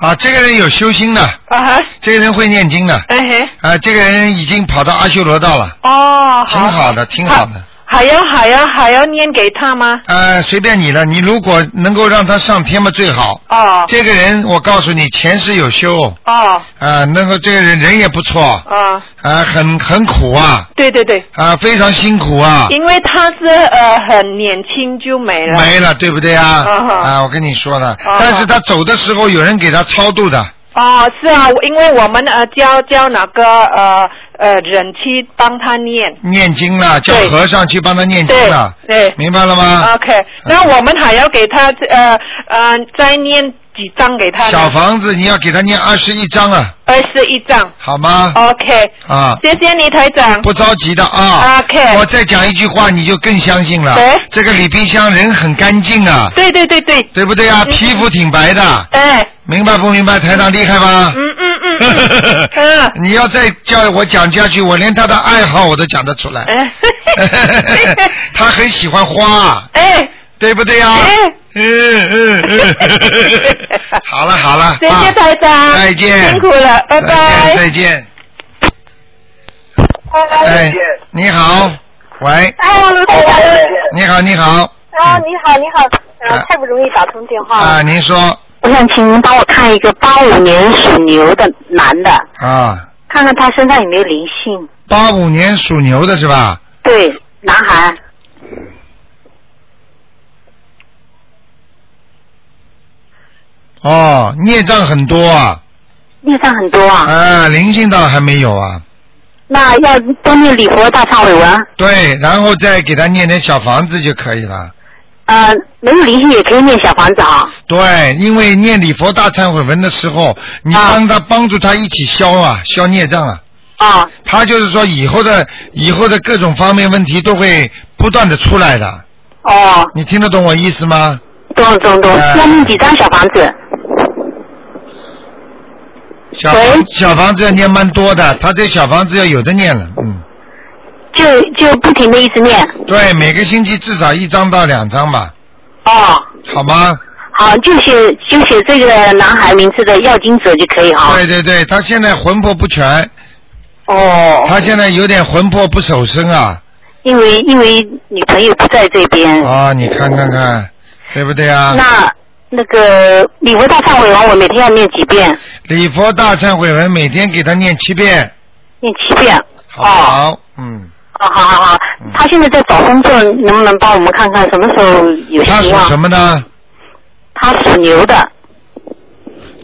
啊，这个人有修心的，啊哈，这个人会念经的，哎嘿，啊，这个人已经跑到阿修罗道了，哦，挺好的，挺好的。还要还要还要念给他吗？呃，随便你了，你如果能够让他上天嘛最好。哦这个人，我告诉你，前世有修，啊、哦那个这个人人也不错，啊、哦，很很苦啊，对对对，啊、非常辛苦啊，因为他是呃很年轻就没了。没了，对不对啊？嗯哼啊、我跟你说了，嗯但是他走的时候有人给他超度的，哦，是啊，我因为我们呃教教哪个呃呃人去帮他念。念经了，叫对和尚去帮他念经对了，对。明白了吗？ OK，那我们还要给他呃呃再念几张给他呢？小房子你要给他念二十一章啊，二十一张。好吗？ OK，啊。谢谢你台长。不着急的啊。 OK 我再讲一句话，你就更相信了对。这个李冰香人很干净啊，对对对对，对不对啊？嗯皮肤挺白的，哎，明白不明白？台长厉害吧？嗯嗯 *laughs* 嗯嗯嗯。你要再叫我讲下去，我连他的爱好我都讲得出来。哎 *laughs* 他很喜欢花，哎，对不对啊哎？嗯嗯 *laughs* 嗯。好了好了，谢谢啊台长，再见辛苦了，拜拜。再见。再见哎，你好，喂，哎，卢台长，你好，你好，啊，你好，你好，嗯啊啊，太不容易打通电话了。啊，您说我想请您帮我看一个八五年属牛的男的，啊，看看他身上有没有灵性。八五年属牛的是吧？对，男孩，哦，孽障很多啊。孽障很多啊。啊，灵性倒还没有啊。那要多念礼佛大忏悔文。对，然后再给他念点小房子就可以了。呃，没有灵性也可以念小房子啊。对，因为念礼佛大忏悔文的时候，你帮他、帮助他一起消啊，消孽障啊。啊。他就是说以后的以后的各种方面问题都会不断的出来的。哦。你听得懂我意思吗？懂懂懂。嗯要念几张小房子？小房小房子要念蛮多的，他这小房子要有的念了，嗯。就就不停的一直念。对，每个星期至少一张到两张吧。哦。好吗？好，就写就写这个男孩名字的要经者就可以哈。对对对，他现在魂魄不全。哦。他现在有点魂魄不守身啊。因为因为女朋友不在这边。啊，你看看看，对不对啊？那那个礼佛大忏悔文，我每天要念几遍？礼佛大忏悔文每天给他念七遍，念七遍。好不好？嗯。哦，好好好。他现在在找工作，能不能帮我们看看什么时候有他希属望？什么呢？他属牛的。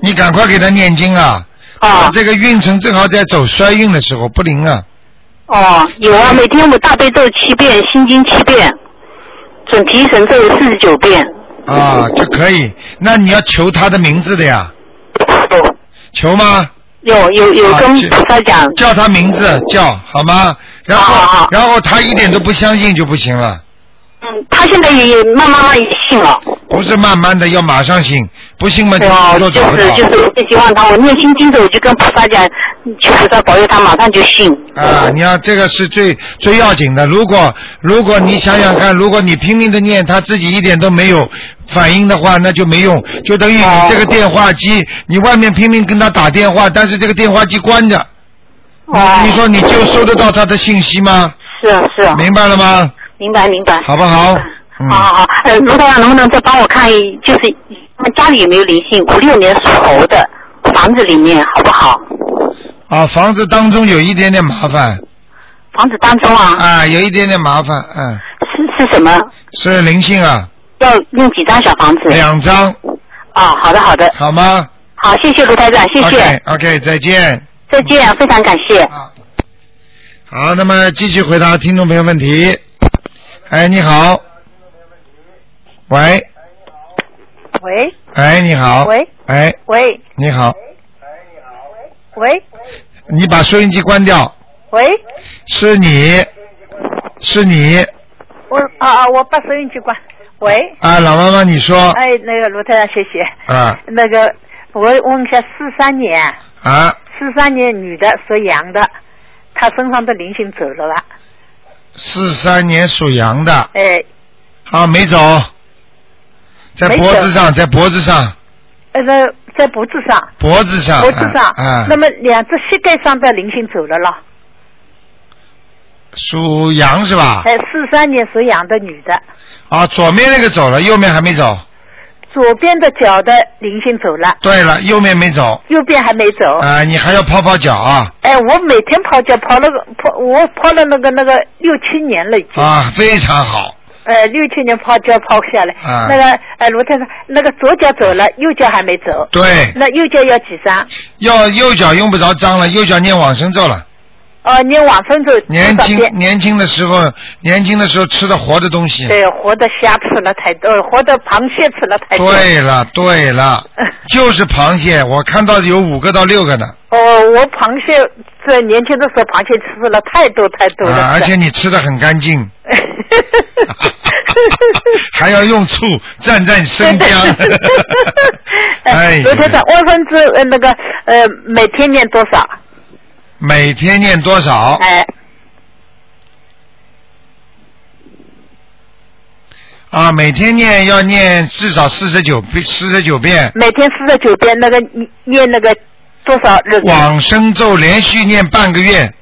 你赶快给他念经啊！啊。这个运程正好在走衰运的时候，不灵啊。哦，有啊，每天我大悲咒七遍，心经七遍，准提神咒四十九遍。啊，就可以。那你要求他的名字的呀？求吗？哦有有有啊跟就菩萨讲。叫他名字叫好吗？然后然后他一点都不相信就不行了。嗯，他现在也慢慢慢信了。不是慢慢的，要马上信，不信嘛就哦，就就找不是到。就是，我希望他，我念心经的，我就跟菩萨讲，求菩萨保佑他，马上就信。啊，你要这个是最最要紧的。如果如果你想想看，如果你拼命的念，他自己一点都没有反应的话，那就没用，就等于你这个电话机，你外面拼命跟他打电话，但是这个电话机关着，你你说你就收得到他的信息吗？是啊是啊。明白了吗？明白明白。好不好？嗯好好好，呃，卢台长能不能再帮我看一，就是他们家里有没有灵性？五六年属猴的房子里面好不好？啊，房子当中有一点点麻烦。房子当中啊。啊，有一点点麻烦，嗯。是是什么？是灵性啊，要用几张小房子？两张。啊，好的好的。好吗？好，谢谢卢台长，谢谢 o k 再见。嗯再见，非常感谢。好，那么继续回答听众朋友问题。哎，你好。喂，喂哎，你好。喂。哎，喂你好，喂你把收音机关掉。喂，是你，是你我啊啊，我把收音机关。喂。啊，老妈妈，你说哎，那个卢太太，谢谢。啊那个，我问一下，四三年，啊，四三年女的，属羊的，她身上的灵性走了吧？四三年属羊的，哎，啊，没走，在没走脖子上，在脖子上，那个呃在脖子上。脖子上，脖子上。啊，啊那么两只膝盖上的灵性走了了。属羊是吧？哎，四三年属羊的女的，啊，左面那个走了，右面还没走。左边的脚的灵性走了，对了，右面没走。右边还没走。啊、你还要泡泡脚啊？哎，我每天泡脚泡了个泡，我泡了那个那个六七年了已经。啊，非常好。呃，六七年泡脚泡下来，啊那个呃，卢太太，那个左脚走了，右脚还没走。对那右脚要几张？要右脚用不着脏了，右脚念往生咒了。哦，念往生咒年多少遍轻年轻的时候，年轻的时候吃的活的东西。对，活的虾吃了太多，活的螃蟹吃了太多。对了对了，就是螃蟹，我看到有五个到六个呢。哦，我螃蟹在年轻的时候，螃蟹吃了太多太多了。啊，而且你吃的很干 *laughs* 净，还要用醋蘸蘸生 *laughs* 姜。哎哎，卢台长，万分之呃那个呃，每天念多少？哦每天念多少？哎，啊，每天念要念至少四十九遍，四十九遍每天四十九遍，那个你念那个多少日子？往生咒，连续念半个月，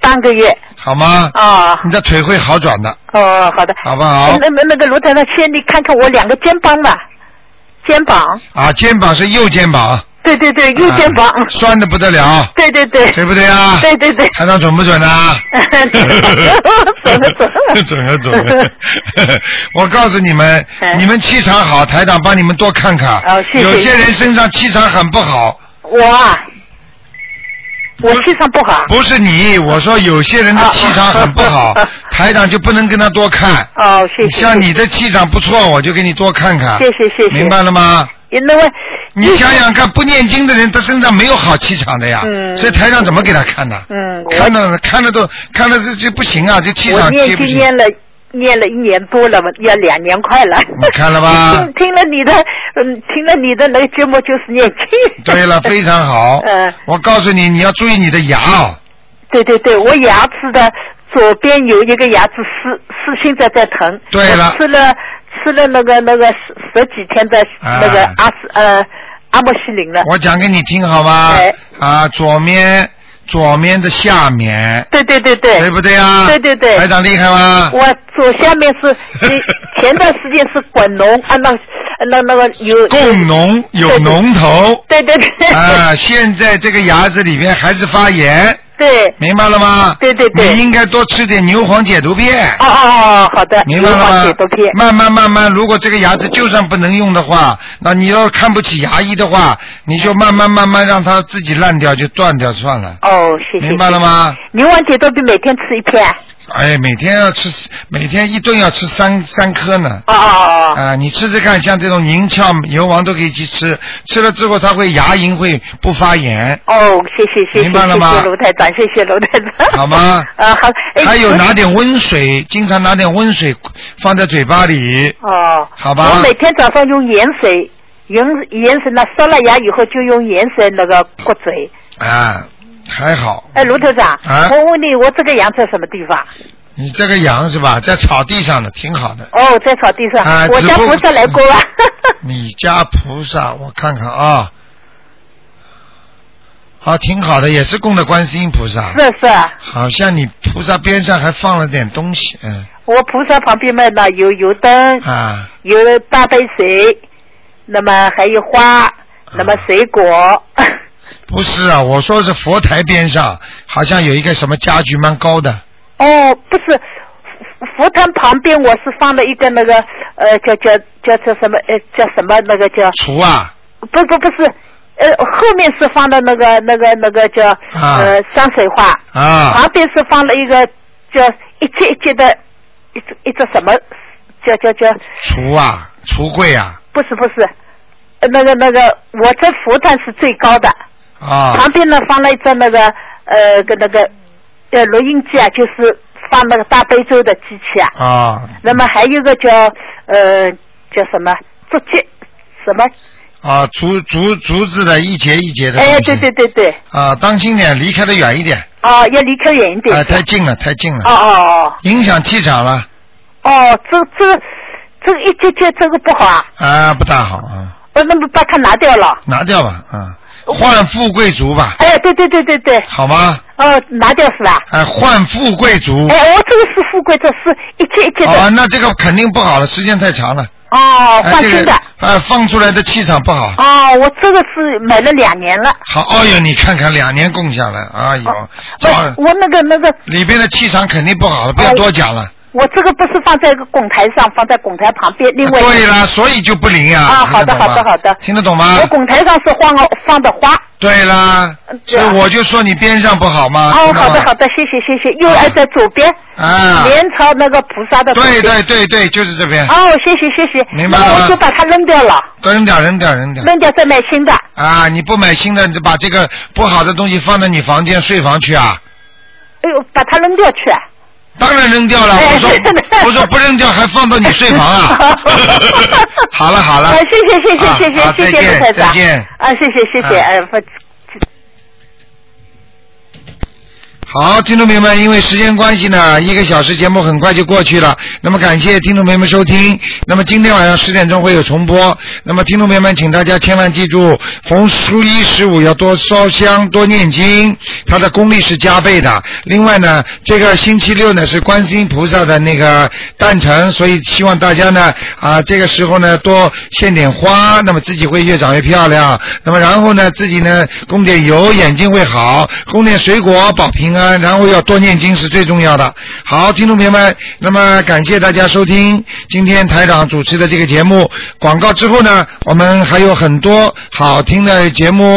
半个月。好吗？啊，你的腿会好转的，哦，好的。好不好？那那那个卢台长，先你看看我两个肩膀吧，肩膀。啊，肩膀是右肩膀，对对对，右肩膀。啊酸的不得了，对对对。对不对啊？对对对。台长准不准啊？准了准了， *laughs* 准了准了。我告诉你们，你们气场好，台长帮你们多看看。哎哦谢谢有些人身上气场很不好，我啊，我气场不好。啊不是你，我说有些人的气场很不 *laughs* 好，台长就不能跟他多看。哦，谢谢。像你的气场不错，我就给你多看看。谢谢谢谢明白了吗？因为你想想看，不念经的人，他身上没有好气场的呀，嗯所以台长怎么给他看呢？嗯，我看到看得都看得这这不行啊，这气我场念接不经行。念了念了一年多了，要两年快了。你看了吧 *laughs* 听？听了你的，嗯，听了你的那个节目就是念经。对 *laughs* 了，非常好。嗯，我告诉你，你要注意你的牙哦。对对对，我牙齿的左边有一个牙齿是是现在在疼。对了我吃了吃了那个那个十十几天的啊那个阿斯、呃阿莫西林了。 *laughs* 我讲给你听好吗？啊，左面左面的下面。对对对对，对不对啊？对对对，台长厉害 *laughs* 吗？我左下面是， *laughs* 你前段时间是滚脓，啊那那那个有共脓有脓头。对对对。啊，现在这个牙子里面还是发炎。对。明白了吗？对对对你应该多吃点牛黄解毒片。哦哦哦，好的，明白了牛黄吗解毒片？慢慢慢慢，如果这个牙齿就算不能用的话，那你要看不起牙医的话，你就慢慢慢慢让它自己烂掉，就断掉算了。 *laughs* 哦，谢谢。明白了吗？牛黄解毒片每天吃一片啊。哎，每天要吃，每天一顿要吃三三颗呢。哦哦哦。啊，你吃吃看，像这种银翘、牛黄都可以去吃，吃了之后它会牙龈会不发炎，哦，谢谢谢谢，明白了吗谢谢卢台长，谢谢卢台长。好 *laughs* 吗？啊好，哎还有我拿点温水，经常拿点温水放在嘴巴里。哦，好吧我每天早上用盐水，盐盐水呢，刷了牙以后就用盐水那个过嘴。啊，还好。哎，卢头长，啊我问你，我这个羊在什么地方？你这个羊是吧，在草地上的，挺好的。哦，在草地上。啊我只家不菩萨来过啊。 *laughs* 你家菩萨，我看看啊，啊，挺好的，也是供的观世音菩萨。是是，好像你菩萨边上还放了点东西，嗯我菩萨旁边嘛呢有油灯，啊，有大杯水，那么还有啊花，那么水果。 *laughs* 不是啊，我说是佛台边上，好像有一个什么家具蛮高的，哦，不是，佛佛堂旁边我是放了一个那个呃叫叫叫叫什么呃叫什么那个叫图啊，不不不是，呃，后面是放的那个那个那个叫、啊呃山水画，啊旁边是放了一个叫一节一节的，一只一只什么叫叫叫，图啊，橱柜啊，不是不是，呃那个那个我这佛坛是最高的，啊，旁边呢放了一只那个呃个那个呃录音机啊，就是放那个大悲咒的机器啊，啊那么还有一个叫呃叫什么竹节什么，啊，竹竹竹子的一节一节的东西，哎对对对对。啊，当心点，离开的远一点，哦，要离开远一点。啊，太近了，太近了，哦哦影响气场了，哦哦，这这这个一节节这个不好啊，啊，不大好啊，我那么把它拿掉了。拿掉吧，啊，换富贵竹吧，哎，对对对对对，好吗？哦，拿掉是吧？哎，换富贵竹，哎，我这个是富贵，这是一节一节的。啊，那这个肯定不好了，时间太长了。哦，哎换这新的个。哎，放出来的气场不好。哦，我这个是买了两年了。好，哎呦，你看看两年供下来，哎呦，我早我那个那个，里边的气场肯定不哦好了，不要多讲了。我这个不是放在一个拱台上，放在拱台旁边，另外。对啦，所以就不灵呀。啊，听好得的懂吗好的好的。听得懂吗我？拱台上是放了放的花。对啦，所对啊以我就说你边上不好嘛。哦，啊听到好吗的好的，谢谢谢谢。右耳在左边，啊脸朝那个菩萨的左对边。对对对，就是这边。哦，谢谢谢谢。明白了那吗我就把它扔掉了，扔掉，扔掉，扔掉。扔掉再买新的。啊！你不买新的，你就把这个不好的东西放到你房间睡房去啊？哎呦，把它扔掉去。当然扔掉了，哎我 *laughs* 说我说不扔掉还放到你睡房啊？好了好了啊，，谢谢谢谢啊谢好谢谢再谢见卢再台长见。哎啊，谢谢谢谢，啊哎，不，好，听众朋友们，因为时间关系呢，一个小时节目很快就过去了。那么感谢听众朋友们收听。那么今天晚上十点钟会有重播。那么听众朋友们，请大家千万记住，逢初一十五要多烧香、多念经，它的功力是加倍的。另外呢，这个星期六呢是观世音菩萨的那个诞辰，所以希望大家呢啊这个时候呢多献点花，那么自己会越长越漂亮。那么然后呢自己呢供点油，眼睛会好；供点水果保平安。然后要多念经是最重要的。好，听众朋友们，那么感谢大家收听今天台长主持的这个节目。广告之后呢，我们还有很多好听的节目。